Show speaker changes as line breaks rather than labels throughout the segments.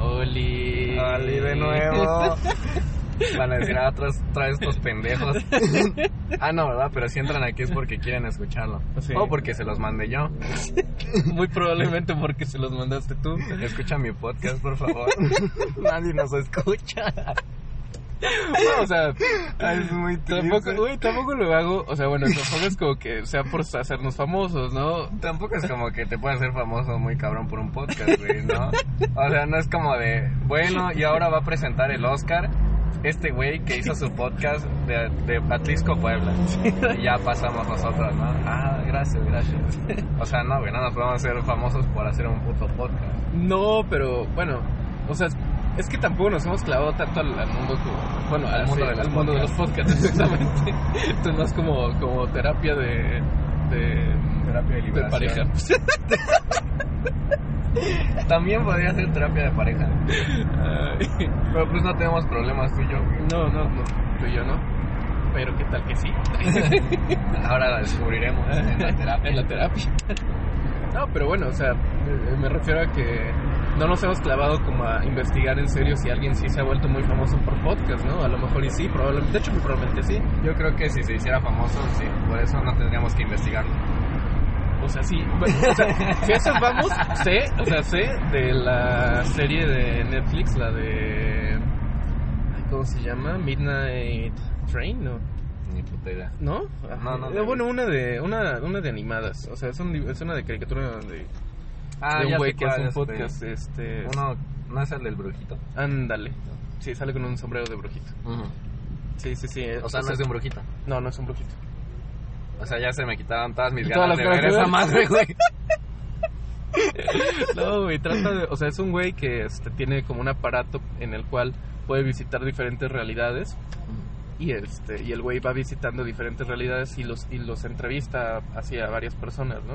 Ali.
Ali de nuevo. Van a decir, ah, traes, traes estos pendejos. ah, no, ¿verdad? Pero si entran aquí es porque quieren escucharlo.
Sí.
O porque se los mandé yo.
Muy probablemente porque se los mandaste tú.
Escucha mi podcast, por favor. Nadie nos escucha.
No, o sea,
Ay, es muy triste.
tampoco, güey, tampoco lo hago. O sea, bueno, tampoco es como que sea por hacernos famosos, ¿no?
Tampoco es como que te puedas hacer famoso muy cabrón por un podcast, güey, ¿no? O sea, no es como de, bueno, y ahora va a presentar el Oscar este güey que hizo su podcast de, de Atlisco, Puebla. Y ya pasamos nosotros, ¿no? Ah, gracias, gracias. O sea, no, güey, no nos podemos hacer famosos por hacer un puto podcast.
No, pero bueno, o sea, es que tampoco nos hemos clavado tanto al, al mundo como, bueno, al, mundo, de,
los
mundo de los podcasts, exactamente. Esto es más como, como terapia de, de,
Terapia de
de pareja.
También podría ser terapia de pareja.
Ay,
Pero pues no tenemos problemas tú y yo. güey.
no, no, no, tú y yo no. Pero qué tal que sí,
Ahora la descubriremos en la terapia.
en la terapia. No, pero bueno, o sea, eh, me refiero a que no nos hemos clavado como a investigar en serio si alguien sí se ha vuelto muy famoso por podcast, ¿no? A lo mejor y sí, probablemente, de hecho, muy probablemente sí.
Yo creo que si se hiciera famoso, sí, por eso no tendríamos que investigarlo.
O sea, sí. Bueno, o sea, si a eso vamos, sé, o sea, sé de la serie de Netflix, la de. ay, ¿Cómo se llama? Midnight Train, ¿no?
Ni puta idea.
¿No?
No, no,
Eh,
no.
Bueno, una de, una, una de animadas. O sea, es, un, es una de caricatura de, de un
Ah, ya
güey
sé
que
cuál
hace un
es,
podcast. Este.
güey. Uno, ¿no es el del brujito?
Ándale. Sí, sale con un sombrero de brujito. Sí, sí, sí.
O sea, no es de un brujito.
no, no es un brujito.
O sea, ya se me quitaron todas mis
Y
ganas
todas
de
las ganas
ver
de
esa
ver.
madre, güey.
No, güey, trata de. O sea, es un güey que este, tiene como un aparato en el cual puede visitar diferentes realidades. Y este y el güey va visitando diferentes realidades y los, y los entrevista así a varias personas, ¿no?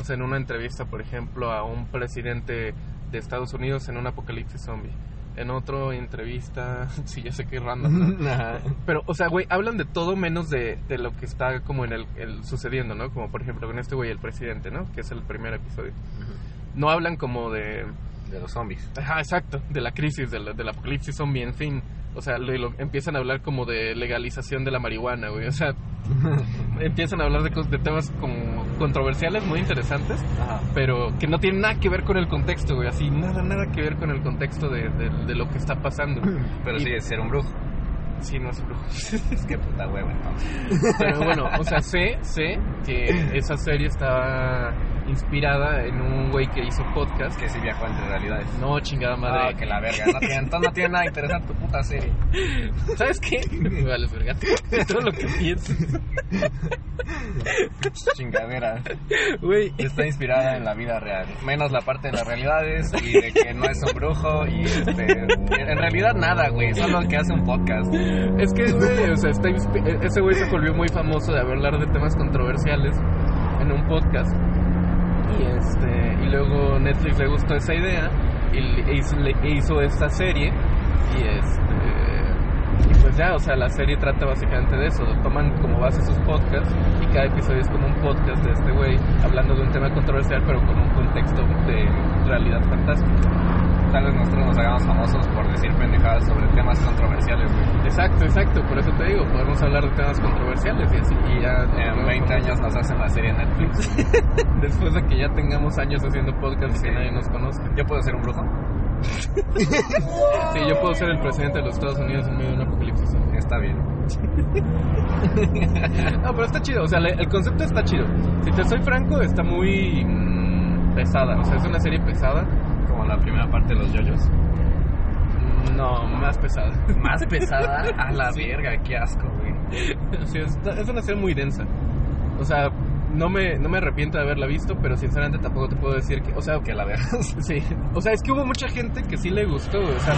O sea, en una entrevista, por ejemplo, a un presidente de Estados Unidos en un apocalipsis zombie. En otro entrevista, sí, ya sé que random, ¿no?
Ajá.
Pero, o sea, güey, hablan de todo menos de, de lo que está como en el, el sucediendo, ¿no? Como por ejemplo con este güey, el presidente, ¿no? Que es el primer episodio. No hablan como de...
De los zombies.
Ajá, exacto, de la crisis, del, del apocalipsis zombie, en fin. O sea, lo- lo- empiezan a hablar como de legalización de la marihuana, güey. O sea, empiezan a hablar de, cos- de temas como controversiales, muy interesantes,
Ajá.
pero que no tienen nada que ver con el contexto, güey. Así, nada, nada que ver con el contexto de, de- de lo que está pasando.
Pero
Y-
sí, es ser un brujo.
Sí, no es brujo.
Es que puta hueva, ¿no?
Pero bueno, o sea, sé, sé que esa serie estaba inspirada en un güey que hizo
Es
podcast.
que sí viajó entre realidades.
No, chingada
Ah,
madre.
que la verga. No tiene, entonces no tiene nada interesante tu puta serie.
¿Sabes qué? Me vale verga. Todo lo que pienses.
Chingadera.
Güey,
Está inspirada en la vida real, menos la parte de las realidades y de que no es un brujo y este, en realidad nada, güey, solo que hace un podcast.
es que, güey, o sea, está inspi- ese güey se volvió muy famoso de hablar de temas controversiales en un podcast. Y este, y luego Netflix le gustó esa idea y le hizo, le hizo esta serie. Y este, y pues ya, o sea, la serie trata básicamente de eso. Toman como base sus podcasts y cada episodio es como un podcast de este güey hablando de un tema controversial, pero con un contexto de realidad fantástica.
Tal vez nosotros nos hagamos famosos por decir pendejadas sobre temas controversiales, güey.
Exacto, exacto, por eso te digo, podemos hablar de temas controversiales y así. Y ya
En 20 años nos hacen la serie en Netflix.
Después de que ya tengamos años haciendo podcasts que nadie nos conozca.
¿Yo puedo ser un brujo?
Sí, yo puedo ser el presidente de los Estados Unidos en medio de un apocalipsis.
Está bien.
No, pero está chido, o sea, le- el concepto está chido. Si te soy franco, está muy mm, pesada, o sea, es una serie pesada.
Como la primera parte de los yoyos.
Mm, No, más pesada.
Más pesada a la verga, qué asco, güey.
Sí, está- es una serie muy densa. O sea, no me, no me arrepiento de haberla visto, pero sinceramente tampoco te puedo decir que, o sea,
Que la veas.
Sí, o sea, es que hubo mucha gente que sí le gustó, güey, o sea,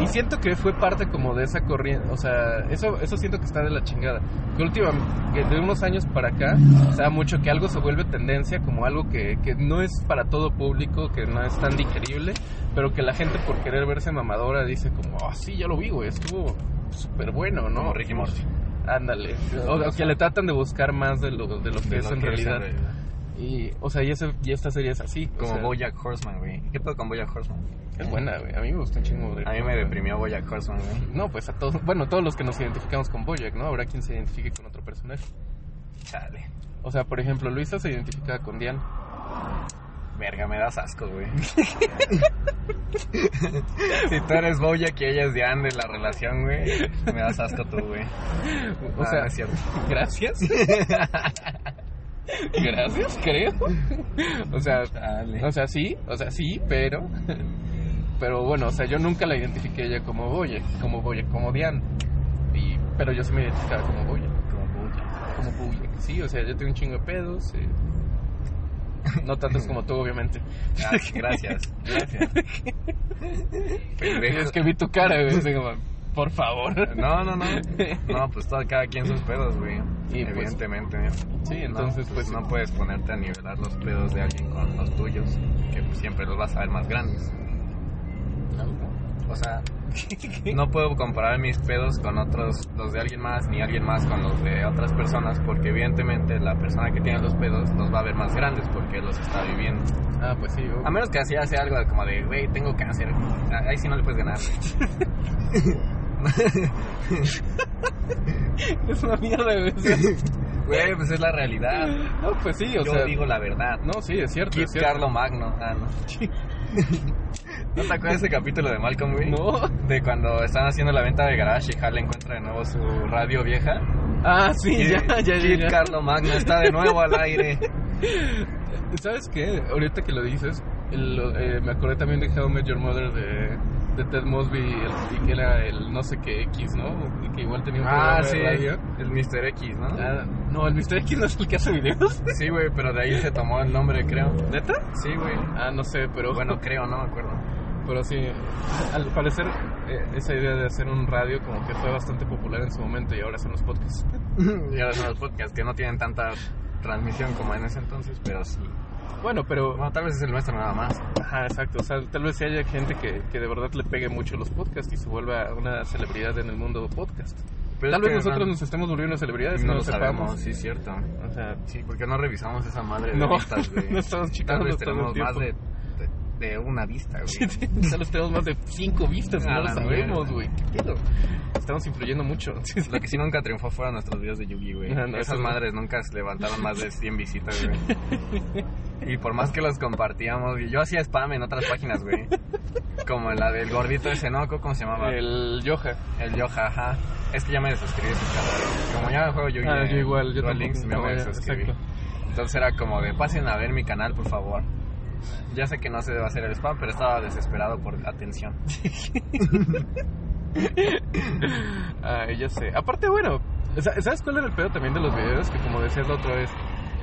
y siento que fue parte como de esa corriente, o sea, eso eso siento que está de la chingada. Que últimamente, de unos años para acá, o sea, mucho que algo se vuelve tendencia, como algo que, que no es para todo público, que no es tan digerible, pero que la gente por querer verse mamadora dice como, ah, sí, ya lo vi, güey, estuvo súper bueno, ¿no?
Como Ricky Morty.
Ándale, o, o que le tratan de buscar más de lo, de lo que
De
es
lo
en
que
realidad. Y, o sea, y, ese- y esta serie es así. o
Como
sea,
Bojack Horseman, güey. ¿Qué pedo con Bojack Horseman?
Es buena, güey. A mí me gusta un chingo.
A mí me deprimió Bojack Horseman, güey.
No, pues a todos. Bueno, todos los que nos identificamos con Boyack, ¿no? Habrá quien se identifique con otro personaje.
Chale.
O sea, por ejemplo, Luisa se identifica con Diane.
Verga, me das asco, güey. si tú eres Bojack y ella es Diane de la relación, güey, me das asco tú, güey.
O
Ah,
sea,
no es cierto.
gracias. gracias, creo. o sea,
Chale.
o sea, sí, o sea, sí, pero. Pero bueno, o sea, yo nunca la identifiqué a ella como Boyack, como Boyack, como Diane. Y, pero yo sí me identificaba como Boyack.
Como Bojack.
como Bojack. Sí, o sea, yo tengo un chingo de pedos. eh. No tantos como tú, obviamente.
Ah, gracias, gracias. Pendejo.
Es que vi tu cara, güey. así como, por favor.
No, no, no. No, pues todo, cada quien sus pedos, güey.
Y pues-
Evidentemente.
Sí, entonces,
no,
pues,
no puedes ponerte a nivelar los pedos de alguien con los tuyos, que pues, siempre los vas a ver más grandes.
pues,
O sea, no puedo comparar mis pedos con otros, los de alguien más, ni alguien más con los de otras personas, porque evidentemente la persona que tiene los pedos los va a ver más grandes porque los está viviendo.
Ah, pues sí.
A menos que así hace algo de como de, güey, tengo cáncer. A- Ahí sí no le puedes ganar. güey.
Es una mierda, güey.
Güey, pues es la realidad.
No, pues sí, o
Yo
sea.
digo la verdad.
No, sí, es cierto.
Kit
Es cierto.
Carlo Magno. Ah, no. ¿No te acuerdas de ese capítulo de Malcolm, güey?
No.
De cuando están haciendo la venta de garage y Hal encuentra de nuevo su radio vieja.
Ah, sí,
Y
ya, ya, ya,
Kit
ya.
Carlo Magno está de nuevo al aire.
¿Sabes qué? Ahorita que lo dices, el- eh, me acordé también de How I Met Your Mother de, de Ted Mosby el, y que era el no sé qué X, ¿no? Que igual tenía un
Ah,
programa de
sí.
radio.
El Mr. X, ¿no?
Ah, no, el Mr. X no es el que hace videos.
Sí, güey, pero de ahí se tomó el nombre, creo.
¿Neta?
Sí, güey.
Ah, no sé, pero
Bueno, creo, no me acuerdo.
pero sí, al parecer eh, esa idea de hacer un radio como que fue bastante popular en su momento y ahora son los podcasts.
Y ahora son los podcasts que no tienen tanta transmisión como en ese entonces, pero sí.
Bueno, pero
Bueno, tal vez es el nuestro nada más.
Ajá, exacto. O sea, tal vez sí haya gente que, que de verdad le pegue mucho los podcasts y se vuelva una celebridad en el mundo podcast.
Pero
tal
es
vez
que
nosotros
no-
nos estemos volviendo celebridades y no,
no lo
lo sepamos.
sabemos, sí, es cierto.
O sea,
Sí, porque no revisamos esa madre de
no,
vistas, güey.
no estamos
Tal
checando
vez
todo el
tenemos más
tiempo.
de, de, de una vista, güey.
Tal vez tenemos más de cinco vistas y
A
no lo
la
sabemos,
mierda.
güey. ¿Qué pedo? Estamos influyendo mucho. Sí, sí.
Lo que sí nunca triunfó fueron nuestros videos de Yugi, güey.
Ah, no, eso
Esas
no.
madres nunca se levantaron más de 100 visitas, güey. Y por más que los compartíamos, güey, yo hacía spam en otras páginas, güey. Como la del gordito ese, ¿no? ¿Cómo se llamaba? El,
El Yoja.
yo, jaja. Es que ya me desuscribí de ese canal. Como ya no juego Yugi,
Ah,
eh,
yo igual, yo
Duel
tampoco.
Links, me voy a
ya,
desuscribir.
exacto.
Entonces era como de, pasen a ver mi canal, por favor. Ya sé que no se debe hacer el spam, pero estaba desesperado por atención.
Ay, Ah, ya sé. Aparte, bueno, sa- ¿sabes cuál era el pedo también de los videos? Que como decías la otra vez,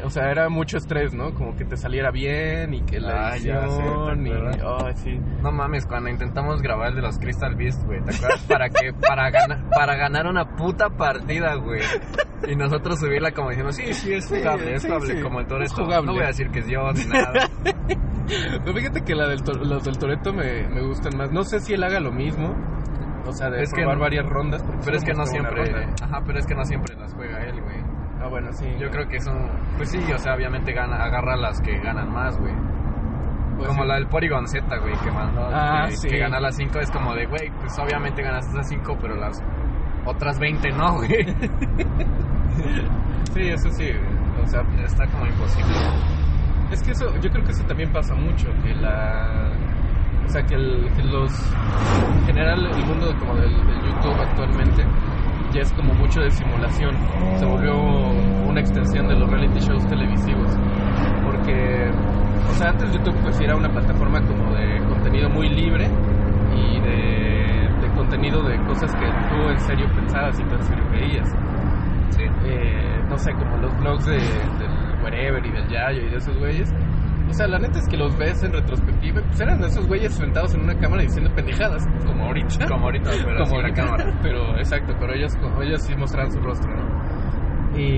o sea, era mucho estrés, ¿no? Como que te saliera bien y que la
Ah, ya sé, ¿te
edición y...
acuerdas?
Ay, sí.
No mames, cuando intentamos grabar el de los Crystal Beast, güey, ¿te acuerdas? Para que, para ganar, para ganar una puta partida, güey. Y nosotros subirla como diciendo, sí, sí, es
Sí,
jugable, es
sí,
jugable,
sí,
como el
es
Toreto.
jugable.
No voy a decir que es yo ni nada.
Pero fíjate que la del Tor- los del Toreto me, me gustan más. No sé si él haga lo mismo. O sea, de
Es que
probar
no-
varias rondas. porque
Pero es que
solo
no
mostró una
siempre,
ronda.
ajá, pero es que no siempre las juega él, güey.
Ah, bueno, sí.
Yo creo que son, pues sí, o sea, obviamente gana, agarra las que ganan más, güey.
Pues
como
sí.
la del Porygon Z, güey, que mandó
Ah,
que,
sí.
que gana las 5, es como de, güey, pues obviamente ganas esas 5, pero las otras 20 no, güey.
Sí, eso sí. O sea,
Está como imposible.
Es que eso, yo creo que eso también pasa mucho, que la... O sea, que, el- que los... En general, el mundo como del, del YouTube actualmente ya es como mucho de simulación. Se volvió una extensión de los reality shows televisivos. Porque, o sea, antes YouTube pues era una plataforma como de contenido muy libre y de, de contenido de cosas que tú en serio pensabas y tú en serio veías
Sí.
eh, no sé, como los vlogs de, del Wherever y del Yayo y de esos güeyes. O sea, la neta es que los ves en retrospectiva, pues eran esos güeyes sentados en una cámara diciendo pendejadas, como ahorita.
Como ahorita, pero
Como
sin la
ahorita.
cámara.
Pero exacto, pero ellos, ellos sí mostraban su rostro, ¿no? Y,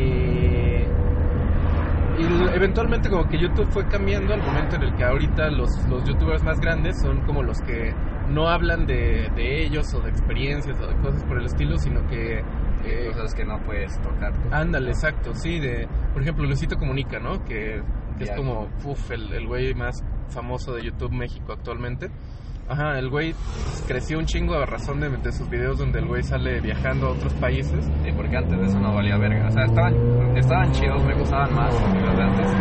y l- eventualmente como que YouTube fue cambiando al momento en el que ahorita los, los youtubers más grandes son como los que no hablan de, de ellos o de experiencias o de cosas por el estilo, sino que... eh,
Cosas que no puedes tocar.
Ah. Ándale, exacto, sí, de, por ejemplo, Luisito Comunica, ¿no? Que que es
Ya.
como, uff, el, el güey más famoso de YouTube México actualmente. Ajá, el güey creció un chingo a razón de, de sus videos donde el güey sale viajando a otros países.
Sí, porque antes de eso no valía verga. O sea, estaban, estaban chidos, me gustaban más los de antes.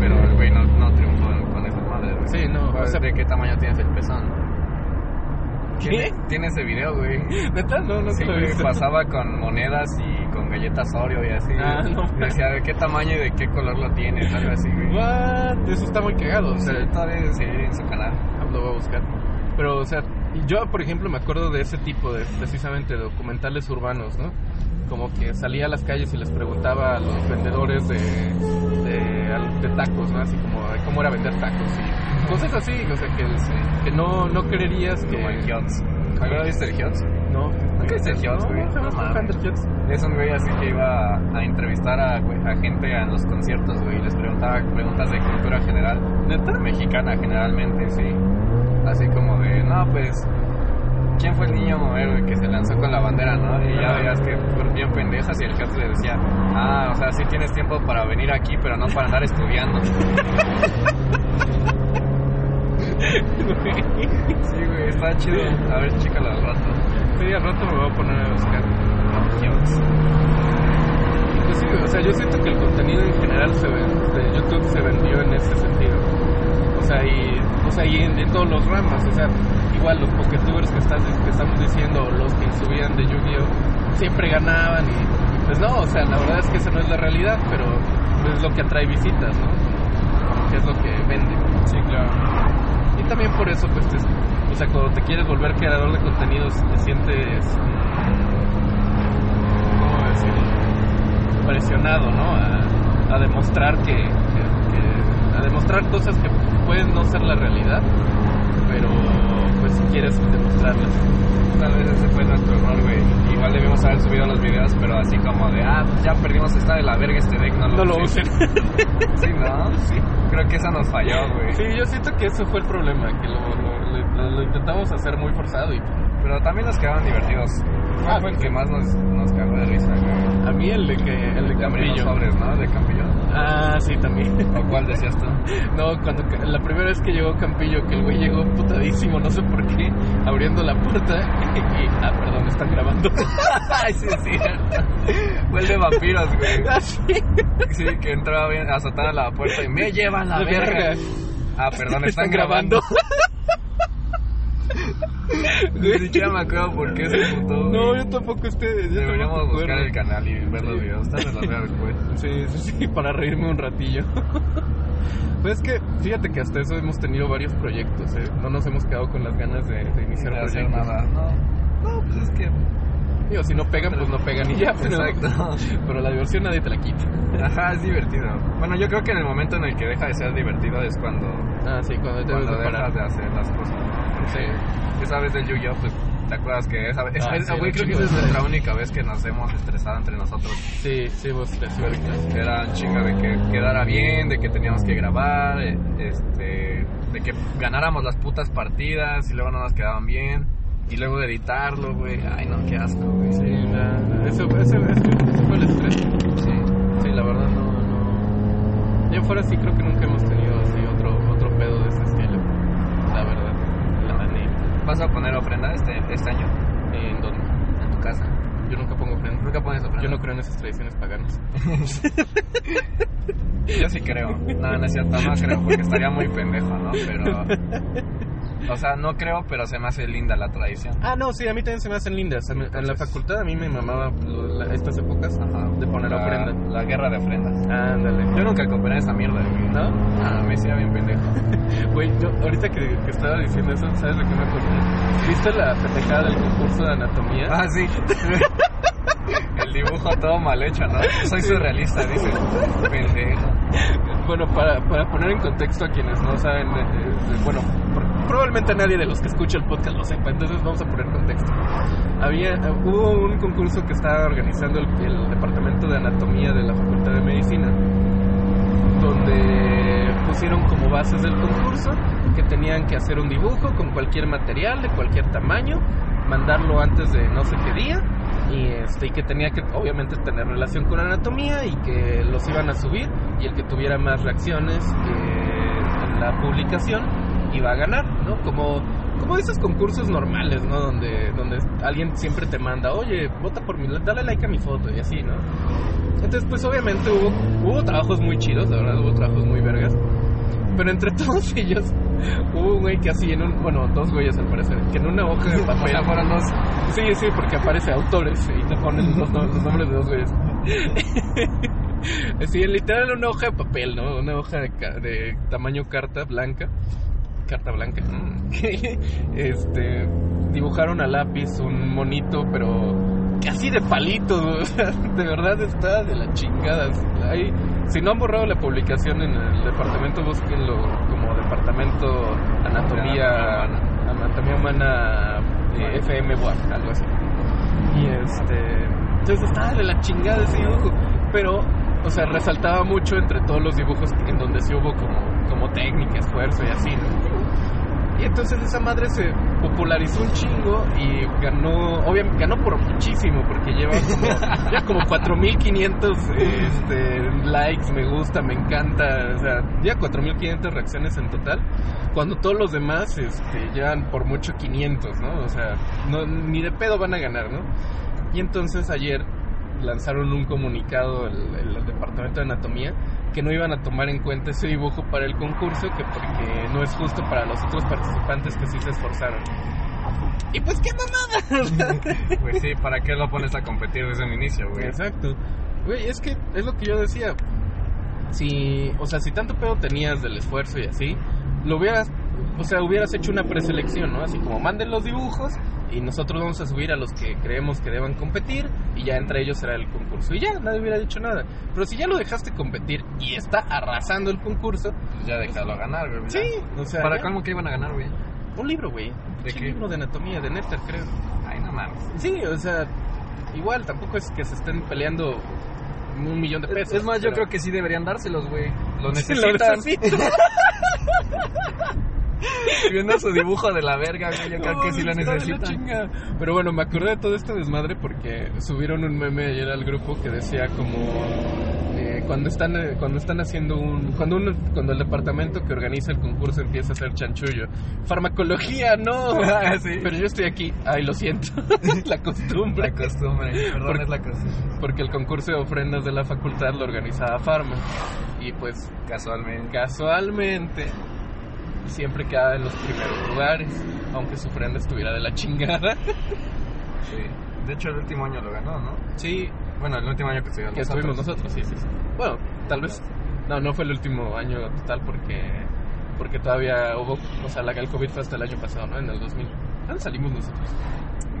Pero el güey no, no triunfó con esa madre, güey.
Sí, no, o
Pues,
sea,
¿De qué tamaño tienes el pezón? Tiene, tiene ese video, güey.
¿Neta? No, no
Sí,
se lo
güey,
he visto.
pasaba con monedas y con galletas Oreo y así.
Ah, no.
Y decía, ¿de qué tamaño y de qué color lo tienes? Algo así, güey.
What? Eso está muy cagado. O
Sí,
sea,
todavía sigue en su canal.
lo voy a buscar. Pero, o sea, yo, por ejemplo, me acuerdo de ese tipo de, precisamente, documentales urbanos, ¿no? Como que salía a las calles y les preguntaba a los vendedores de, de, al- de tacos, ¿no? Así como, de cómo era vender tacos y cosas así, o sea, que, que no, no creerías que...
Como el Giots. ¿Alguna vez viste el Giots?
No,
¿Nunca viste el Giots,
no,
güey?
jamás
No
fui fan
mames.
del Jets.
Es un güey así que iba a entrevistar a, güey, a gente en los conciertos, güey, y les preguntaba preguntas de cultura general,
¿Neta?
mexicana generalmente, sí. Así como de, no, pues, ¿quién fue el niño mover, güey, que se lanzó con la bandera, no? Y ya
Ajá.
veías que por bien pendejas y el jefe le decía, ah, o sea, sí tienes tiempo para venir aquí, pero no para andar estudiando. Sí, güey, está chido. A ver, chécalo al rato.
Media Este rato me voy a poner a buscar. Pues sí, o sea, yo siento que el contenido en general se ven- de YouTube se vendió en ese sentido. O sea, y, o sea, y en, en todos los ramas. O sea, igual los poketubers que, estás, que estamos diciendo, o los que subían de Yu-Gi-Oh! siempre ganaban. Y, pues no, o sea, la verdad es que esa no es la realidad, pero es lo que atrae visitas, ¿no? Que es lo que vende.
Sí, claro.
Y también por eso, pues, te- o sea, cuando te quieres volver creador de contenidos, te sientes, mm, ¿cómo decirlo? Presionado, ¿no? A, a demostrar que, que- que- a demostrar cosas que pueden no ser la realidad, pero pues quieres demostrarlas.
Tal vez ese fue nuestro error, güey. Igual debimos haber subido los videos, pero así como de, ah, pues ya perdimos esta de la verga este deck, no lo,
No lo
uses".
usen.
Sí, ¿no? Sí. Creo que eso nos falló, güey.
Sí, yo siento que eso fue el problema, que lo, lo- lo- lo intentamos hacer muy forzado y pues,
Pero también nos quedaron divertidos.
Ah,
Ah, fue el que más nos, nos cagó de risa, güey.
a mí el de que el de
De abrir los
Campillo.
sobres, ¿no? De Campillo.
Ah, sí, también.
¿O cuál decías tú?
No, cuando ca- la primera vez que llegó Campillo, que el güey llegó putadísimo, no sé por qué, abriendo la puerta y... Ah, perdón, están grabando.
Ay, sí, es cierto. Fue el de vampiros, güey.
Ah, sí.
Sí, que entraba bien, azotaba la puerta y me llevan la
La
verga.
verga.
Ah, perdón,
Me
están grabando. Ni
Güey,
siquiera me acuerdo por qué se puto.
no, yo tampoco ustedes. yo
Deberíamos
tampoco
buscar
acuerdo.
el canal y ver los
Sí.
videos. Tal vez los vea después.
Sí, sí, sí, para reírme un ratillo. Pues es que, fíjate que hasta eso hemos tenido varios proyectos, ¿eh? No nos hemos quedado con las ganas de, de
Ni
iniciar
de hacer
proyectos.
nada. No, no, pues es que.
Digo, si no pegan, pues no pegan y ya. Pero,
Exacto.
pero la diversión nadie te la quita.
Ajá, es divertido. Bueno, yo creo que en el momento en el que deja de ser divertido es cuando,
Ah, sí, cuando te debes
cuando
de parar.
dejas de hacer las cosas.
Sí.
Esa vez del Yu-Gi-Oh! pues, ¿Te acuerdas que esa vez?
Ah,
esa-
sí,
güey,
la
creo que
chingo
esa es
de
nuestra única vez que nos hemos estresado entre nosotros.
Sí, sí, vos te ubicas.
Era un chingo de que quedara bien, de que teníamos que grabar, eh, este, de que ganáramos las putas partidas y luego no nos quedaban bien. Y luego de editarlo, güey. Ay, no, qué asco, güey.
Sí, la, la- eso, ese, ese- ese fue el estrés.
sí.
Sí, la verdad no, no. Ya fuera sí creo que nunca hemos tenido así otro, otro pedo de ese estilo. La verdad. La neta.
¿Vas a poner ofrenda este, este año
En donde
en tu casa?
yo nunca pongo frente.
¿Nunca pones ofrenda?
Yo no creo en esas tradiciones paganas.
Yo sí creo. No, no es cierto, no creo, porque estaría muy pendejo, ¿no? Pero. O sea, no creo, pero se me hace linda la tradición.
Ah, no, sí, a mí también se me hacen lindas. A mí- en la
Entonces-
facultad a mí me mamaba lo- la- estas épocas
Ajá.
de poner
la,
ofrenda.
La guerra de ofrendas.
Ah. Ándale.
Yo nunca compré esa mierda, güey.
¿No?
Ah, me hacía bien pendejo.
Güey, yo ahorita que, que estaba diciendo eso, ¿sabes lo que me acordé? ¿Viste la pendejada del concurso de anatomía?
Ah, sí. El dibujo todo mal hecho, ¿no? Soy surrealista, dice. Pendejo.
Bueno, para, para poner en contexto a quienes no saben, eh, eh, bueno, pr- probablemente nadie de los que escucha el podcast lo sepa, entonces vamos a poner contexto. Había, eh, hubo un concurso que estaba organizando el, el Departamento de Anatomía de la Facultad de Medicina, donde pusieron como bases del concurso que tenían que hacer un dibujo con cualquier material, de cualquier tamaño, mandarlo antes de no sé qué día, y este y que tenía que obviamente tener relación con anatomía y que los iban a subir y el que tuviera más reacciones que en la publicación iba a ganar, ¿no? Como como esos concursos normales, ¿no? Donde donde alguien siempre te manda, "Oye, vota por mí, dale like a mi foto" y así, ¿no? Entonces, pues obviamente hubo hubo trabajos muy chidos, de verdad, hubo trabajos muy vergas. Pero entre todos ellos hubo un güey que así en un, bueno, dos güeyes al parecer, que en una hoja de
O
papel
sea, fueron dos.
Sí, sí, porque aparece autores y te ponen los, nom- los nombres de dos güeyes. Sí, literal una hoja de papel, ¿no? Una hoja de, ca- de tamaño carta blanca. Carta blanca. mm, que, este, dibujaron a lápiz un monito, pero casi de palitos. güey, o sea, De verdad está de la chingada. Hay- si no han borrado la publicación en el departamento, búsquenlo como departamento anatomía, anatomía humana eh, FM Buap, algo así. Y este. Entonces estaba de la chingada ese dibujo. Pero, o sea, resaltaba mucho entre todos los dibujos que- en donde sí hubo como, como técnica, esfuerzo y así, ¿no? Y entonces esa madre se popularizó un chingo y ganó, obviamente ganó por muchísimo, porque lleva como, ya como 4500 este, likes, me gusta, me encanta, o sea, ya 4500 reacciones en total, cuando todos los demás este, llevan por mucho 500, ¿no? O sea, no, ni de pedo van a ganar, ¿no? Y entonces ayer lanzaron un comunicado el, el departamento de anatomía que no iban a tomar en cuenta ese dibujo para el concurso, que porque no es justo para los otros participantes que sí se esforzaron. Y pues qué mamada.
Pues sí, ¿para qué lo pones a competir desde un inicio, güey?
Exacto. Güey, es que es lo que yo decía. Si, o sea, si tanto pedo tenías del esfuerzo y así, lo hubieras, o sea, hubieras hecho una preselección, ¿no? Así como manden los dibujos y nosotros vamos a subir a los que creemos que deban competir y ya entre ellos será el concurso. Y ya, nadie hubiera dicho nada. Pero si ya lo dejaste competir y está arrasando el concurso,
Pues ya déjalo ganar, güey. ya.
sí, o sea,
¿Para
ya.
cómo que iban a ganar, güey?
un libro, güey.
¿De
Un
qué?
libro de anatomía, de Netter, creo.
Ay, no mames.
Sí, o sea, igual tampoco es que se estén peleando un millón de pesos.
Es más, yo
pero-
creo que sí deberían dárselos, güey. Lo
Sí,
necesitan.
lo necesito.
Viendo su dibujo de la verga, güey, yo creo que sí lo
Está de la
necesitan.
chinga. Pero bueno, me acordé de todo este desmadre porque subieron un meme ayer al grupo que decía como eh, cuando están eh, cuando están haciendo un cuando un- cuando el departamento que organiza el concurso empieza a hacer chanchullo. Farmacología, no.
Ah, sí.
Pero yo estoy aquí. Ay, lo siento. la costumbre.
La costumbre, perdón,
Por-
es la costumbre.
Porque el concurso de ofrendas de la facultad lo organizaba Farma. Y pues
Casualmente.
Casualmente, siempre quedaba en los primeros lugares, aunque su prenda estuviera de la chingada.
Sí. De hecho, el último año lo ganó, ¿no?
Sí,
Bueno, el último año que estuvimos
que estuvimos nosotros, sí, sí, sí. Bueno, tal vez. No, no fue el último año total porque porque todavía hubo. O sea, la, el COVID fue hasta el año pasado, ¿no? En el 2000. ¿Dónde salimos nosotros?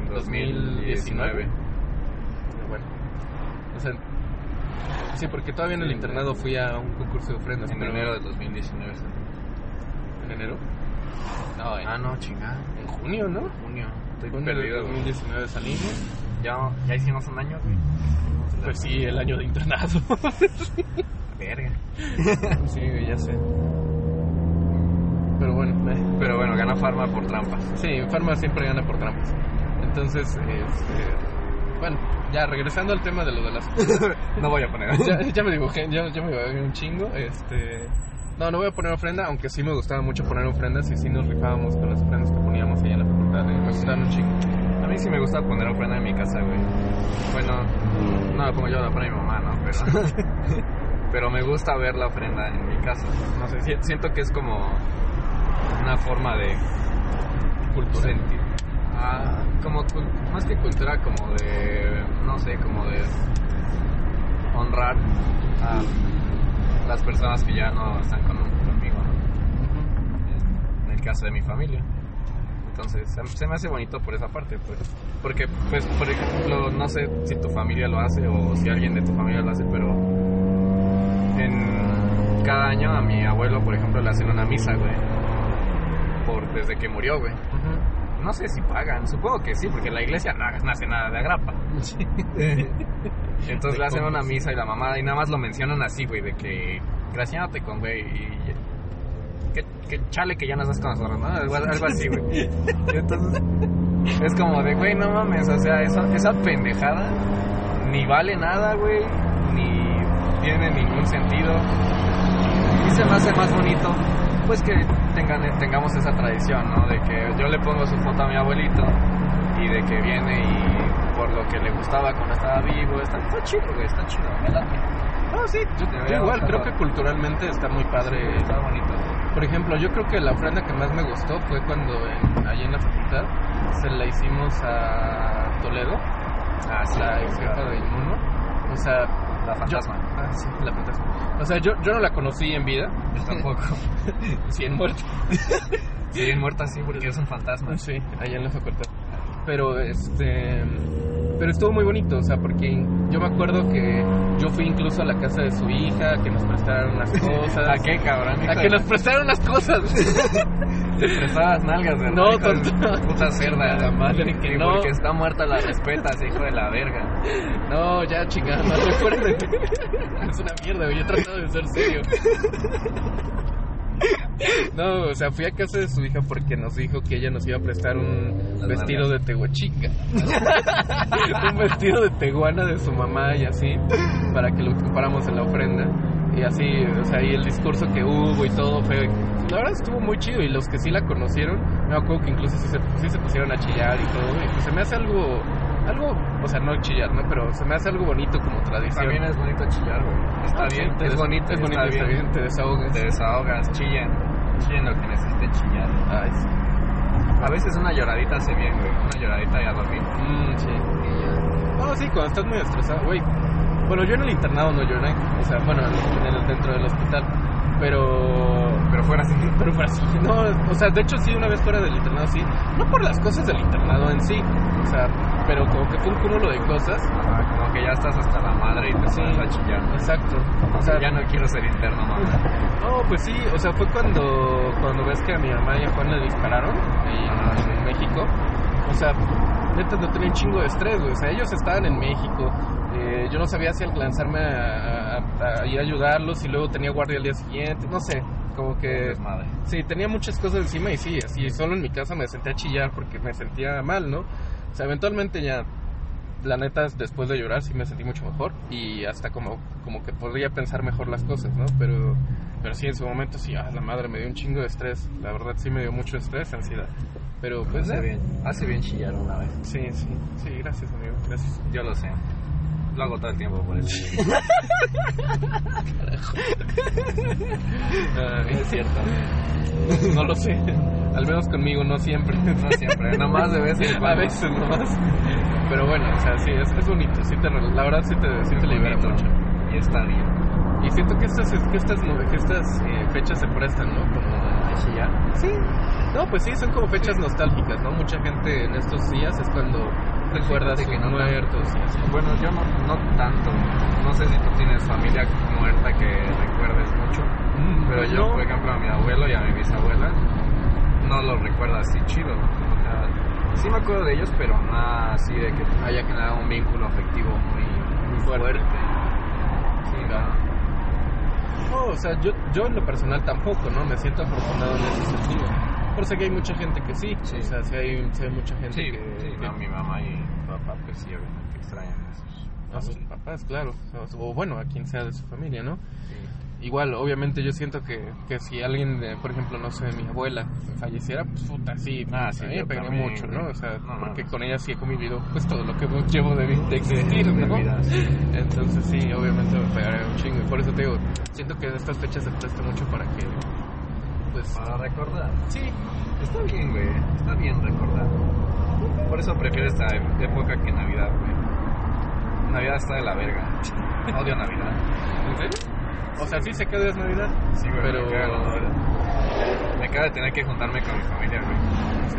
En 2019.
Pero bueno. O sea. Sí, porque todavía en el internado fui a un concurso de ofrendas.
En
pero-
enero del 2019.
¿En enero? No, en,
Ah, no, chingada.
en junio, ¿no?
Junio. Estoy
Junio del
perdido, güey.
2019 salimos.
Ya, ya hicimos un año, güey.
Pues sí, el año de internado.
Verga.
sí, güey, ya sé. Pero bueno, eh,
Pero bueno, ganó Farma por trampas.
sí, Farma siempre gana por trampas. Entonces, este, bueno, ya regresando al tema de lo de las...
no voy a poner.
ya, ya me dibujé, ya, ya me dibujé un chingo, este... No, no voy a poner ofrenda, aunque sí me gustaba mucho poner ofrendas y sí nos rifábamos con las ofrendas que poníamos ahí en la facultad. eh, Me gustaban un chingo.
A mí sí me gusta poner ofrenda en mi casa, güey. Bueno, no la pongo yo, la pone mi mamá, ¿no? Pero, pero me gusta ver la ofrenda en mi casa. No sé, si- siento que es como una forma de
Cultura.
sentir. Ah, como cul- más que cultura, como de, no sé, como de honrar a las personas que ya no están con- conmigo, ¿no? en el caso de mi familia. Entonces, se- se me hace bonito por esa parte, pues. Porque, pues, por ejemplo, no sé si tu familia lo hace o si alguien de tu familia lo hace, pero en cada año a mi abuelo, por ejemplo, le hacen una misa, güey. Por, desde que murió, güey.
Ujú.
No sé si pagan, supongo que sí, porque la iglesia no, no hace nada de agrapa.
Sí.
Entonces
Te
le hacen una
comes.
misa y la mamada y nada más lo mencionan así, güey, de que graciándote con, güey, y que, que chale que ya no estás con nosotros, ¿no? Algo, algo así, güey. Y entonces, Es como de, güey, no mames, o sea, esa, esa pendejada ni vale nada, güey, ni tiene ningún sentido. Y se me hace más bonito, pues que tengan, tengamos esa tradición, ¿no? De que yo le pongo su foto a mi abuelito y de que viene y por lo que le gustaba cuando estaba vivo, está, está chido, güey, está chido, me late.
No, sí, yo,
Deberíamos
yo igual,
hacerlo.
creo que culturalmente está muy padre.
está bonito.
Por ejemplo, yo creo que la ofrenda que más me gustó fue cuando en- ahí en la facultad se la hicimos a Toledo,
Ah, sí,
la ex jefa de Inmuno. O sea,
la
yo-
fantasma.
ah, sí, la fantasma. O sea, yo, yo no la conocí en vida,
Yo, tampoco.
sí en muerte.
Sí, muerta sí, porque es un fantasma.
Sí, allá en la facultad. Pero este. Pero estuvo muy bonito, o sea, porque yo me acuerdo que yo fui incluso a la casa de su hija, que nos prestaron unas cosas.
Oh, ¿A qué, cabrón?
A que nos prestaron las cosas.
Te prestadas nalgas, ¿verdad?
No,
Hijo de
tonto.
Puta cerda.
La madre que
Sí,
no.
Porque está muerta la respetas, hijo de la verga.
No, ya chingada, no recuerden. Es una mierda, güey. Yo he tratado de ser serio. No, o sea, fui a casa de su hija porque nos dijo que ella nos iba a prestar un
Las
vestido de tehuachica. un vestido de teguana de su mamá y así, para que lo ocupáramos en la ofrenda. Y así, o sea, y el discurso que hubo y todo fue. La verdad estuvo muy chido y los que sí la conocieron, me acuerdo que incluso sí se, sí se pusieron a chillar y todo. Y pues se me hace algo, algo, o sea, no chillar, ¿no? Pero se me hace algo bonito como tradición.
También es bonito chillar, güey. Está
Sí,
bien,
te
Ah, es
des-
bonito,
es bonito,
está bien.
te desahogas.
Te desahogas, chillan. Chillen lo que necesiten chillar.
Ay, sí.
A veces una lloradita hace bien, güey. Una lloradita y a dormir.
Mm, sí.
Y ya.
No, sí, cuando estás muy estresado, güey. Bueno, yo en el internado no lloré, o sea, bueno, en el, dentro del hospital, pero
Pero fuera así.
Pero fue así. No, o sea, de hecho sí, una vez fuera del internado, sí. No por las cosas del internado en sí, o sea, pero como que fue un cúmulo de cosas.
Ah, como que ya estás hasta la madre y te
Sí.
pones a chillar.
Exacto.
O sea, ya no quiero ser interno, mamá.
No, pues sí, o sea, fue cuando, cuando ves que a mi mamá y a Juan le dispararon ahí en,
Ah, sí.
en México. O sea, neta, no tenía un chingo de estrés, güey. O sea, ellos estaban en México. Eh, yo no sabía si alcanzarme a, a- a ir a ayudarlos y luego tenía guardia al día siguiente. No sé, como que...
Desmadre.
Sí, tenía muchas cosas encima y sí, así solo en mi casa me senté a chillar porque me sentía mal, ¿no? O sea, eventualmente ya, la neta, después de llorar sí me sentí mucho mejor y hasta como, como que podría pensar mejor las cosas, ¿no? Pero, pero sí, en su momento sí, ah, la madre me dio un chingo de estrés, la verdad sí me dio mucho estrés, ansiedad. Pero pues,
Hace
eh,
bien, hace bien chillar una vez.
sí, sí, sí, gracias amigo, gracias.
Yo lo sé. Lo hago todo el tiempo por eso.
Ay, Ah, es cierto. No lo sé, al menos conmigo, no siempre.
No siempre, nomás de vez en
A
cuando.
veces nomás. Pero bueno, o sea, sí, es, es bonito. Sí te, re- la verdad sí te, sí te libera
Bonito.
mucho.
Y está bien.
Y siento que estas, que estas, no- que estas eh, fechas se prestan, ¿no? Como,
¿A chillar?
sí. No, pues sí, son como fechas nostálgicas, ¿no? Mucha gente en estos días es cuando recuerdas
fíjate que
sus
no tanto.
muertos y así.
Bueno, yo no, no tanto. No sé si tú tienes familia muerta que recuerdes mucho. Pero yo,
No.
por ejemplo, a mi abuelo y a mi bisabuela no los recuerdo así chido. O sea, sí me acuerdo de ellos, pero no así de que haya generado un vínculo afectivo muy,
Muy fuerte.
Sí, no.
No, o sea, yo, yo en lo personal tampoco, ¿no? Me siento afortunado en ese sentido. Pero sé que hay mucha gente que sí.
Sí.
O sea, sí hay, sí hay mucha gente
Sí,
que,
sí,
que
no, mi mamá y mi papá, pues sí, obviamente extrañan a sus
a sus
familias.
papás, claro. O su- o bueno, a quien sea de su familia, ¿no?
Sí.
Igual, obviamente yo siento que, que si alguien, de, por ejemplo, no sé, mi abuela falleciera, pues puta, sí,
Ah, sí,
a mí me
yo
pegaría
también,
mucho,
güey.
¿no? O sea,
No, no,
porque
no.
con ella sí he convivido pues todo lo que llevo de, vi- de existir,
de
¿no?
vida, sí.
Entonces sí, obviamente me pegaría un chingo. Y por eso te digo, siento que estas fechas se prestan mucho para que, pues,
Para recordar.
sí,
Está bien, güey. Está bien recordar. Por eso prefiero esta e- época que Navidad, güey. Navidad está de la verga. Odio Navidad.
¿en serio? O sea, sí sé que es Navidad,
Sí, güey.
Pero-
Me caga la Navidad. Me caga de tener que juntarme con mi familia, güey.
sí,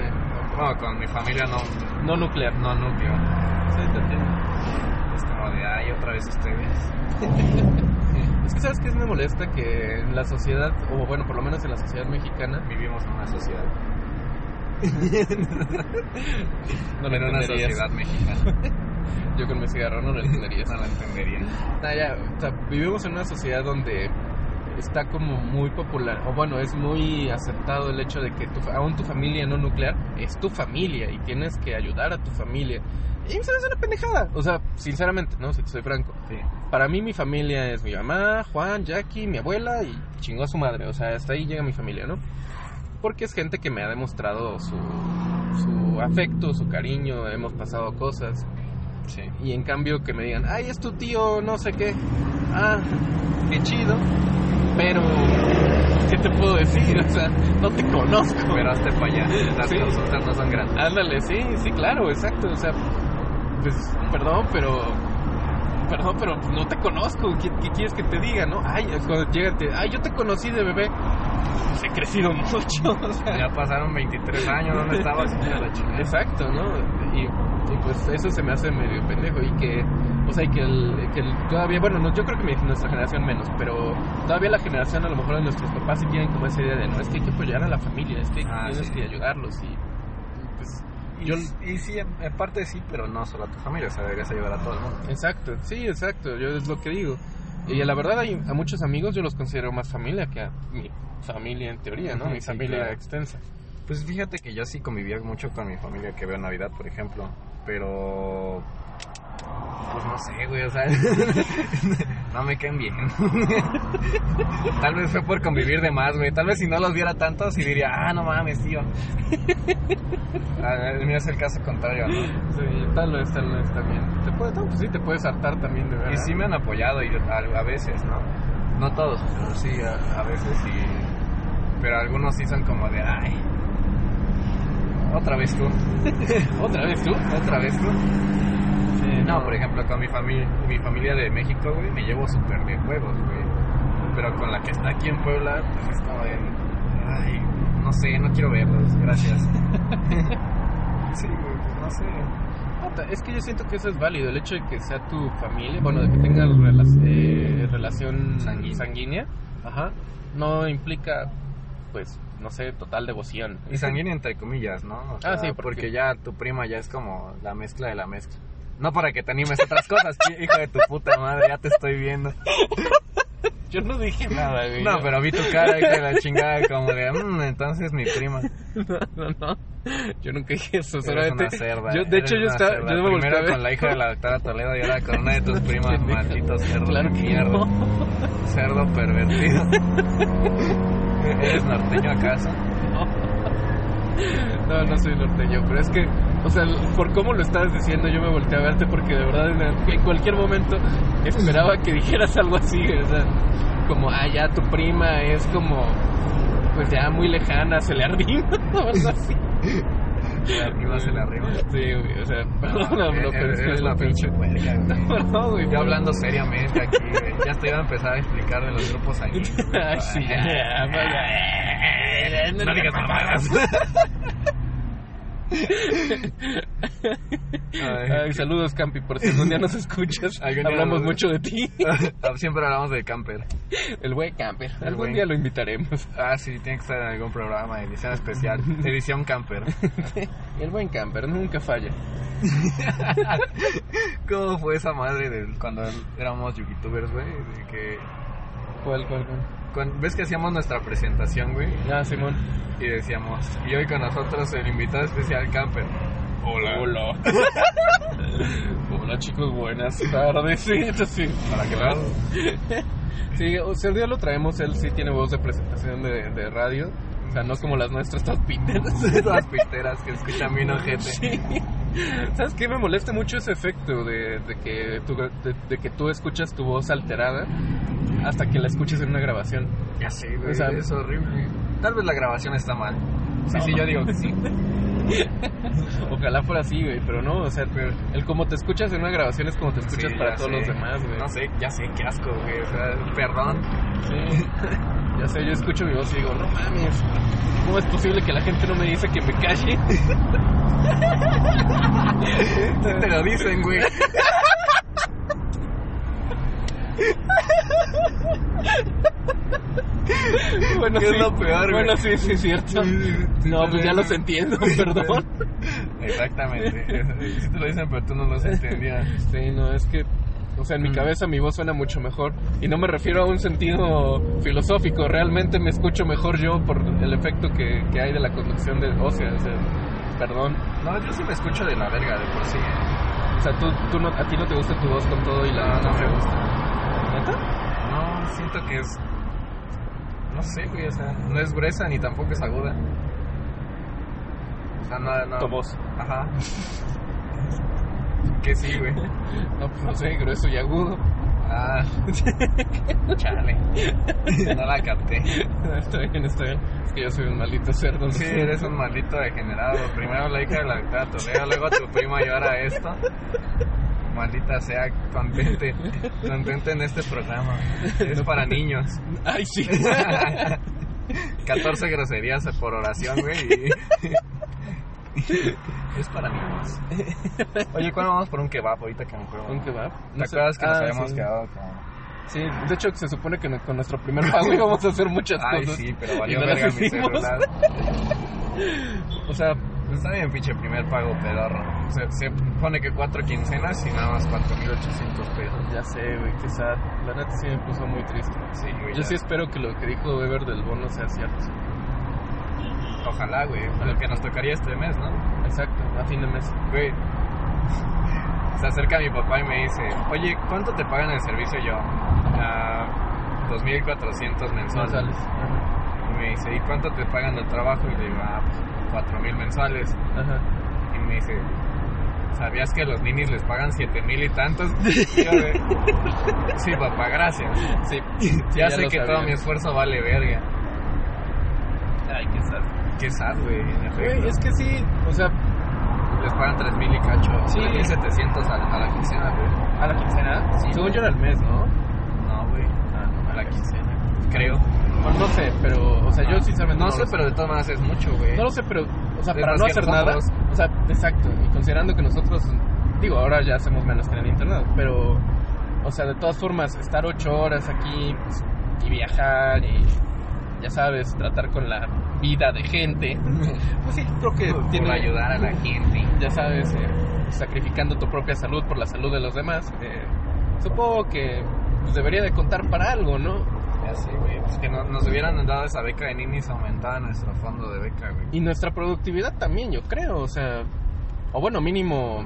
Bueno, con mi familia no,
no nuclear.
no núcleo.
Sí, te entiendo.
Es como de, ay, otra vez ustedes.
Es que sabes que me molesta que en la sociedad, o bueno, por lo menos en la sociedad mexicana,
Vivimos en una sociedad.
no lo
en una
entenderías.
sociedad mexicana.
Yo con mi cigarro no lo entendería.
No la entendería.
Nah, ya, o sea, vivimos en una sociedad donde está como muy popular, o bueno, es muy aceptado el hecho de que tu, fa- aún tu familia no nuclear es tu familia y tienes que ayudar a tu familia. Y eso es una pendejada. O sea, sinceramente, ¿no? Si te soy franco.
Sí.
Para mí mi familia es mi mamá, Juan, Jackie, mi abuela y chingó a su madre. O sea, hasta ahí llega mi familia, ¿no? Porque es gente que me ha demostrado su, su afecto, su cariño, hemos pasado cosas.
Sí.
Y en cambio que me digan, ay, es tu tío, no sé qué. Ah, qué chido. Pero, ¿qué te puedo decir? O sea, no te conozco.
Pero hazte para allá. Las
Sí.
consultas no son grandes.
Ándale, sí, sí, claro, exacto. O sea, pues, perdón, pero. Perdón, pero no te conozco. ¿Qué, qué quieres que te diga, no? Ay, cuando llegan, te- ay, yo te conocí de bebé. Pues he crecido mucho. O sea,
Ya pasaron 23 años, ¿dónde estabas? Ya la chingada.
Exacto, ¿no? Y, y, pues eso se me hace medio pendejo y que, o sea, y que, el, que el- todavía, bueno, no, yo creo que mi- nuestra generación menos, pero todavía la generación a lo mejor de nuestros papás sí tienen como esa idea de, no, es que hay que apoyar a la familia, es que
Ah,
tienes
sí.
que ayudarlos y pues
Y,
Yo-
y sí, en en parte sí, pero no solo a tu familia, o sea, deberías ayudar a todo el mundo.
Exacto, sí, exacto, yo es lo que digo. Y la verdad hay, a muchos amigos yo los considero más familia que a mi familia en teoría, ¿no?
Ujú,
Mi
sí,
familia
claro.
extensa.
Pues fíjate que yo sí convivía mucho con mi familia que veo en Navidad, por ejemplo. Pero. Pues no sé, güey, o sea. no me caen bien. Tal vez fue por convivir de más, güey. Tal vez si no los viera tanto, sí diría, ah, no mames, tío. Ah, El mío es el caso contrario, ¿no?
Sí, tal vez, tal vez también. Te puedes, no, pues sí, te puedes hartar también de verdad.
Y sí me han apoyado y a, a veces, ¿no? No todos, pero sí, a, a veces sí. Pero algunos sí son como de, ay. Otra vez tú,
¿Otra vez tú?
otra vez tú.
Sí,
No, por ejemplo, con mi familia, mi familia de México, güey, me llevo súper bien juegos, güey. Pero con la que está aquí en Puebla, pues es como de, ay, no sé, no quiero verlos, gracias. sí, güey, pues no sé.
Puta, Es que yo siento que eso es válido, el hecho de que sea tu familia, bueno, de que tengas rela- eh, relación
Sanguínea.
sanguínea, ajá, no implica, pues, no sé, total devoción.
Y sanguínea entre comillas, ¿no? O
Ah, sí,
porque...
porque
ya tu prima ya es como la mezcla de la mezcla. No para que te animes a otras cosas, chi- hijo de tu puta madre, ya te estoy viendo.
Yo no dije nada, güey.
No, pero vi tu cara, hijo de la chingada, como de, "Mm, entonces mi prima.
No, no, no. Yo nunca dije eso.
Eres una
solamente-
cerda,
Pues yo- de
eres
hecho, yo
una
estaba.
cerda.
Yo me volteé a
Primero
ver.
con la hija de la doctora Toledo y ahora con una de tus primas,
Pendeja.
malditos cerdos
Claro
de
que
mierda.
no.
Cerdo pervertido. ¿Eres norteño acaso?
No, no soy norteño, pero es que, o sea, por cómo lo estabas diciendo, yo me volteé a verte porque de verdad en- en cualquier momento esperaba que dijeras algo así, güey, o sea, como, ah, ya tu prima es como, pues ya muy lejana, se le arrima o algo así.
La prima se la arriba.
Sí, güey, o sea, perdóname,
Eh,
no, pero es que
eres
lo
la pinche puerca, güey.
No, güey,
Yo hablando seriamente aquí, güey. Ya estoy a empezar a explicar de los grupos sanguíneos.
Ay, sí, ya, vaya.
No digas mamadas.
Ay, saludos, Campi, por si algún día nos escuchas.
Algún día
Hablamos
nos-
mucho de ti.
Ah, Siempre hablamos del camper.
El güey camper.
El
Algún
güey.
día lo invitaremos.
Ah, sí, tiene que estar en algún programa, edición especial, edición camper.
El buen camper nunca falla.
¿Cómo fue esa madre de cuando éramos youtubers, güey? De que
¿Cuál, cuál, cuál?
cuan- ves que hacíamos nuestra presentación, güey,
Ah, Simón.
y decíamos, y hoy con nosotros el invitado especial camper.
Hola. Hola, chicos, buenas tardes. Sí, eso sí.
Para que veas.
Sí, o sea, el día lo traemos, él sí tiene voz de presentación de, de radio. O sea, no como las nuestras, todas pinteras.
Esas piteras que escuchan bien ojete.
Sí. ¿Sabes qué? Me molesta mucho ese efecto de, de que tú, de, de que tú escuchas tu voz alterada hasta que la escuches en una grabación.
Ya sé,
O
güey,
sea,
es horrible. Tal vez la grabación está mal. Sí, sí, yo digo que sí.
Ojalá fuera así, güey, pero no, o sea,
Pero-
el como te escuchas en una grabación es como te escuchas
Sí,
para
ya
todos
sé.
los demás, güey.
No sé, ya sé, qué asco, güey. O sea, perdón.
Sí. Ya sé, yo escucho mi voz y digo, no mames, ¿cómo es posible que la gente no me dice que me calle?
Sí te lo dicen, güey.
Bueno,
¿Qué es lo peor, güey?
Bueno, sí, sí, es cierto. No, pues ya los entiendo, perdón.
Exactamente. Sí te lo dicen, pero tú no los entendías.
Sí, no, es que O sea, en mi
Mm.
cabeza mi voz suena mucho mejor. Y no me refiero a un sentido filosófico. Realmente me escucho mejor yo por el efecto que, que hay de la conducción de ósea. O sea, perdón.
No, yo sí me escucho de la verga de por sí. eh.
O sea, tú, tú no, a ti no te gusta tu voz con todo y la
No, no me
gusta. ¿Neta?
No, siento que es. No sé, güey, o sea, no es gruesa ni tampoco es aguda. O sea, no, no.
Tu voz.
Ajá. que sí, güey.
No, pues no sé, grueso y agudo.
Ah. Chale. No la capté.
estoy bien, estoy bien. Es que yo soy un maldito cerdo.
Sí, eres un maldito degenerado. Primero la hija de la mitad de tu vida, luego tu prima y ahora esto. Maldita sea, contente. Contente en este programa. Es para niños.
Ay, sí.
14 groserías por oración, güey. y- Es para niños. Oye, ¿cuándo vamos por un kebab ahorita que me acuerdo?
¿Un kebab?
¿Te acuerdas que nos habíamos
Ah, sí.
quedado con...
Sí, de hecho se supone que no- con nuestro primer pago íbamos a hacer muchas
Ay,
cosas.
sí, pero valió
Y no las
verga mi
hicimos.
celular.
O sea,
Está bien, pinche primer pago pedorro. Se, se pone que cuatro quincenas y nada más 4.800 pesos.
ya sé, güey, qué sad. La neta sí me puso muy triste.
Sí, güey.
Yo
ya.
sí espero que lo que dijo Weber del bono sea cierto.
Ojalá, güey. Lo que nos tocaría este mes, ¿no?
Exacto, a fin de mes.
Güey. Se acerca mi papá y me dice, oye, ¿cuánto te pagan el servicio yo? "Ah, 2.400 mensuales.
Mensuales. Ajá.
Y me dice, ¿y cuánto te pagan el trabajo? Y le digo, ah, pues 4.000 mensuales.
Ajá.
Y me dice, ¿sabías que a los ninis les pagan 7.000 y tantos? Y yo de, sí, papá, gracias.
Sí, ya
Ya, sé
lo
que
sabía.
todo mi esfuerzo vale verga.
Ay, qué sad.
Qué sad, güey. en
Güey,
efecto.
es que sí, o sea,
Les pagan 3.000 y cacho.
Sí.
3.700 a, a la quincena, güey.
a la quincena,
Sí.
según yo era al mes, ¿no?
No, güey.
Ah,
A la quincena. Creo.
Bueno, no sé, pero, o sea, yo
Ah.
sinceramente
No,
no
sé,
lo
pero de todas maneras es mucho, güey.
No lo sé, pero, o sea,
Es
para
más
no
que
hacer
nosotros.
nada, o sea, exacto, y considerando que nosotros, digo, ahora ya hacemos menos que en el internet, pero, o sea, de todas formas, estar ocho horas aquí pues, y viajar y, ya sabes, tratar con la vida de gente, pues sí, creo que
Por
tiene,
ayudar a la gente.
ya sabes, eh, sacrificando tu propia salud por la salud de los demás, eh, supongo que pues, debería de contar para algo, ¿no?
Ya sé, güey. Pues que no- nos hubieran dado esa beca de ninis aumentada nuestro fondo de beca, güey.
Y nuestra productividad también, yo creo, o sea, o bueno, mínimo,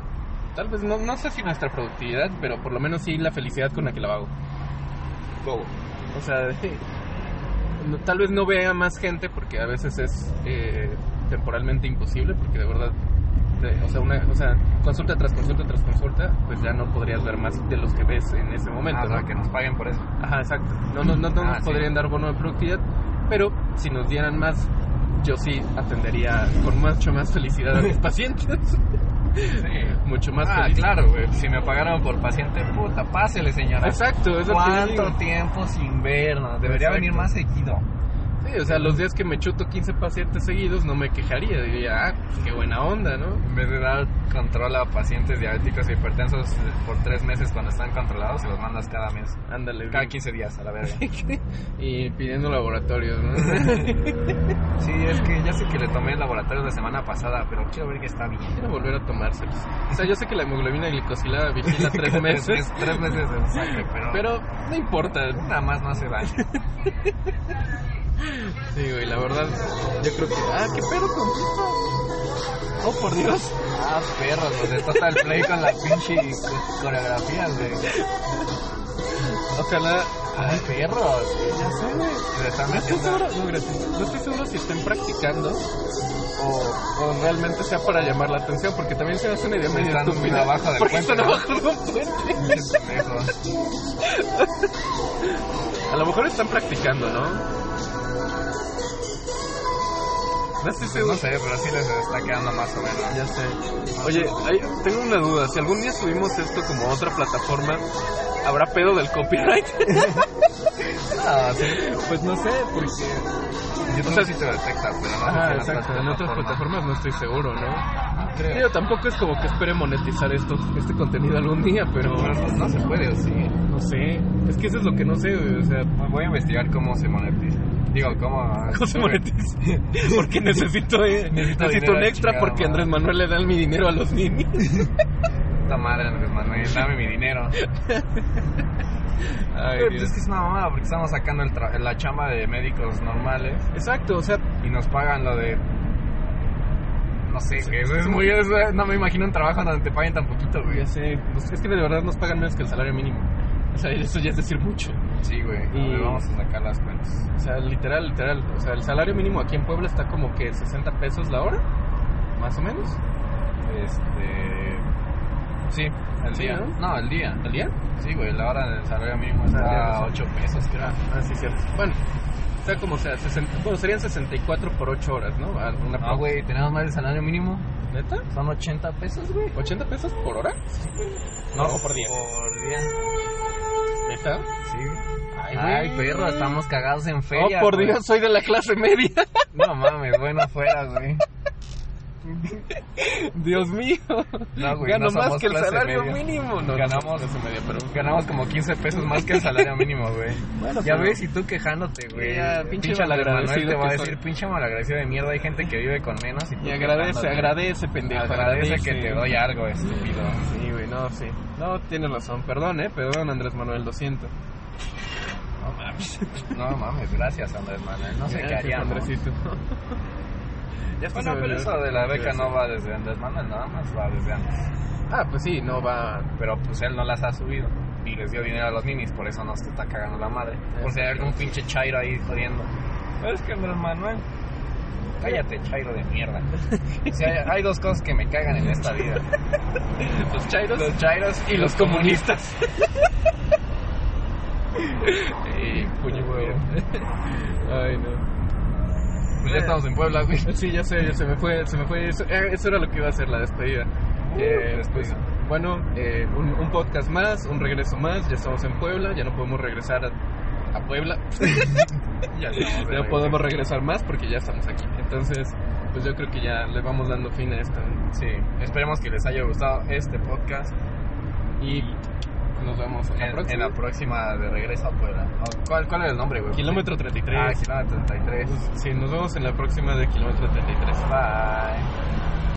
tal vez, no, no sé si nuestra productividad, pero por lo menos sí la felicidad con la que la hago.
Bobo.
O sea, no- tal vez no vea más gente porque a veces es eh, temporalmente imposible, porque de verdad, te- o, sea, una, o sea, consulta tras consulta tras consulta, pues ya no podrías ver más de los que ves en ese momento.
Ah, o sea,
¿no?
que nos paguen por eso.
Ajá, exacto. No, no, no, no
Ah,
nos
sí.
podrían dar bono de productividad, pero si nos dieran más, yo sí atendería con mucho más felicidad a mis pacientes.
Sí.
mucho más
ah,
feliz.
claro, güey. Si me pagaron por paciente, puta, pásele, señora.
Exacto, es lo que yo
¿Cuánto
digo.
tiempo sin vernos? Debería
Exacto.
venir más seguido.
Sí, o sea, los días que me chuto 15 pacientes seguidos no me quejaría, diría, ah, pues, qué buena onda, ¿no?
En vez de dar control a pacientes diabéticos e hipertensos eh, por tres meses cuando están controlados, se los mandas cada mes.
Ándale.
Cada
bien.
15 días, a la verga.
y pidiendo laboratorios, ¿no?
Sí, es que ya sé que le tomé el laboratorio la semana pasada, pero quiero ver que está bien.
Quiero volver a tomárselos. O sea, yo sé que la hemoglobina glicosilada vigila tres meses,
Tres meses de sangre, pero,
pero no importa,
nada más no hace daño.
Sí, güey, la verdad, yo creo que. ¡Ah, qué pedo con esto! ¡Oh, por Dios!
Ah, perros, los de Total Play con la pinche co- coreografía, güey.
Ojalá.
Ah, perros.
Ya sé, güey.
Se le están
No estoy
metiendo.
seguro, no, gracias. No estoy seguro si estén practicando
O-
o realmente sea para llamar la atención, porque también se me hace una idea medio
Están
estúpida.
abajo del
porque
puente,
están
¿no?
abajo de un puente.
qué pendejo.
A lo mejor están practicando, ¿no? No estoy seguro.
Pues No sé, pero sí les está quedando más o menos.
Ya sé. Oye, hay- tengo una duda. Si algún día subimos esto como a otra plataforma, ¿habrá pedo del copyright?
Ah, sí.
pues no sé, porque. O
YouTube
sea,
sí te lo detecta, pero no
Ah,
sé
exacto. En otras plataformas no estoy seguro, ¿no?
No creo.
Digo, tampoco es como que espere monetizar esto, este contenido algún día, pero
Pero no se puede, ¿o sí?
no sé. Es que eso es lo que no sé, güey, O sea,
Voy a investigar cómo se monetiza. Digo, cómo...
¿cómo se monetiza? Porque necesito, eh, necesito,
dinero,
un extra
chingada
porque
madre.
Andrés Manuel le da mi dinero a los ninis.
puta madre, Andrés Manuel, dame mi dinero.
Ay,
Pero, pues, es
Dios.
que es una mamada porque estamos sacando el tra- la chamba de médicos normales
Exacto, o sea,
y nos pagan lo de. No sé, que eso es muy. eso es- eh, no me imagino un trabajo donde te paguen tan poquito, güey.
ya sé, pues, es que de verdad nos pagan menos que el salario mínimo. O sea, eso ya es decir mucho.
Sí, güey. a
Y-
ver, Vamos a sacar las cuentas.
O sea, literal, literal. O sea, el salario mínimo aquí en Puebla está como que 60 pesos la hora, más o menos,
Este. Sí, el
Sí,
día.
¿no?
¿no? el día.
al día.
Sí, güey, la hora del salario mínimo
Ah, ya
está
lo
a
sé.
8 pesos, creo.
Ah, sí, cierto. Bueno, o sea, como sea, 60, bueno, serían 64 por 8 horas, ¿no? Ah, Una
No, güey, tenemos más de salario mínimo.
¿Neta?
Son 80 pesos, güey.
¿80 pesos por hora? No, por día.
oh, Por día.
¿Neta?
Sí. Ay,
güey.
perro, estamos cagados en feria.
oh, por
güey.
Dios, soy de la clase media.
No mames, bueno fuera, güey.
Dios mío.
No, güey,
Gano
no somos
más que el
clase
salario
media.
mínimo. No,
Ganamos-
No, somos clase media, pero...
Ganamos como 15 pesos más que el salario mínimo, güey.
Bueno,
ya
pero-
ves, y tú quejándote, güey.
Ya, pinche
Andrés Manuel
malagradecido
te va a
que
decir,
soy.
pinche malagradecido de mierda. Hay gente que vive con menos y tú
Y agradece,
quejándote.
agradece, pendejo.
Agradece que te doy algo, estúpido.
Sí, güey, no, sí. No, tienes razón. Perdón, eh. Perdón, Andrés Manuel, lo siento.
No mames. No mames, gracias, Andrés Manuel. No sé qué
Gracias,
haríamos.
Andresito. ya está, se
Bueno,
me
pero
olvidó.
eso de la beca
Sí,
no va desde Andrés Manuel, nada más va desde antes.
Ah, pues sí, no va.
Pero pues él no las ha subido. Y les dio dinero a los ninis, por eso nos está cagando la madre. Por si hay algún pinche chairo ahí jodiendo. Pero es que Andrés Manuel. Cállate, chairo de mierda. Si hay, hay dos cosas que me cagan en esta vida:
Los chairos
los chairos y
y
los
los comunistas. Eh, puño
Huevo.
Ay, no.
Pues ya estamos en Puebla, güey.
Sí, ya sé, ya se me fue, se me fue. Eso, eh, eso era lo que iba a hacer, la despedida.
Uh,
Eh, pues, bueno, eh, un, un podcast más, un regreso más. Ya estamos en Puebla, ya no podemos regresar a- a Puebla.
Ya estamos de
no
regreso.
podemos regresar más porque ya estamos aquí. Entonces, pues yo creo que ya le vamos dando fin a esto.
Sí, esperemos que les haya gustado este podcast.
Y nos vemos en la
En,
próxima.
en la próxima de regreso a Puebla. ¿O ¿Cuál, cuál es el nombre, güey?
Kilómetro 33.
Ah, kilómetro 33.
sí, nos vemos en la próxima de Kilómetro 33.
Bye.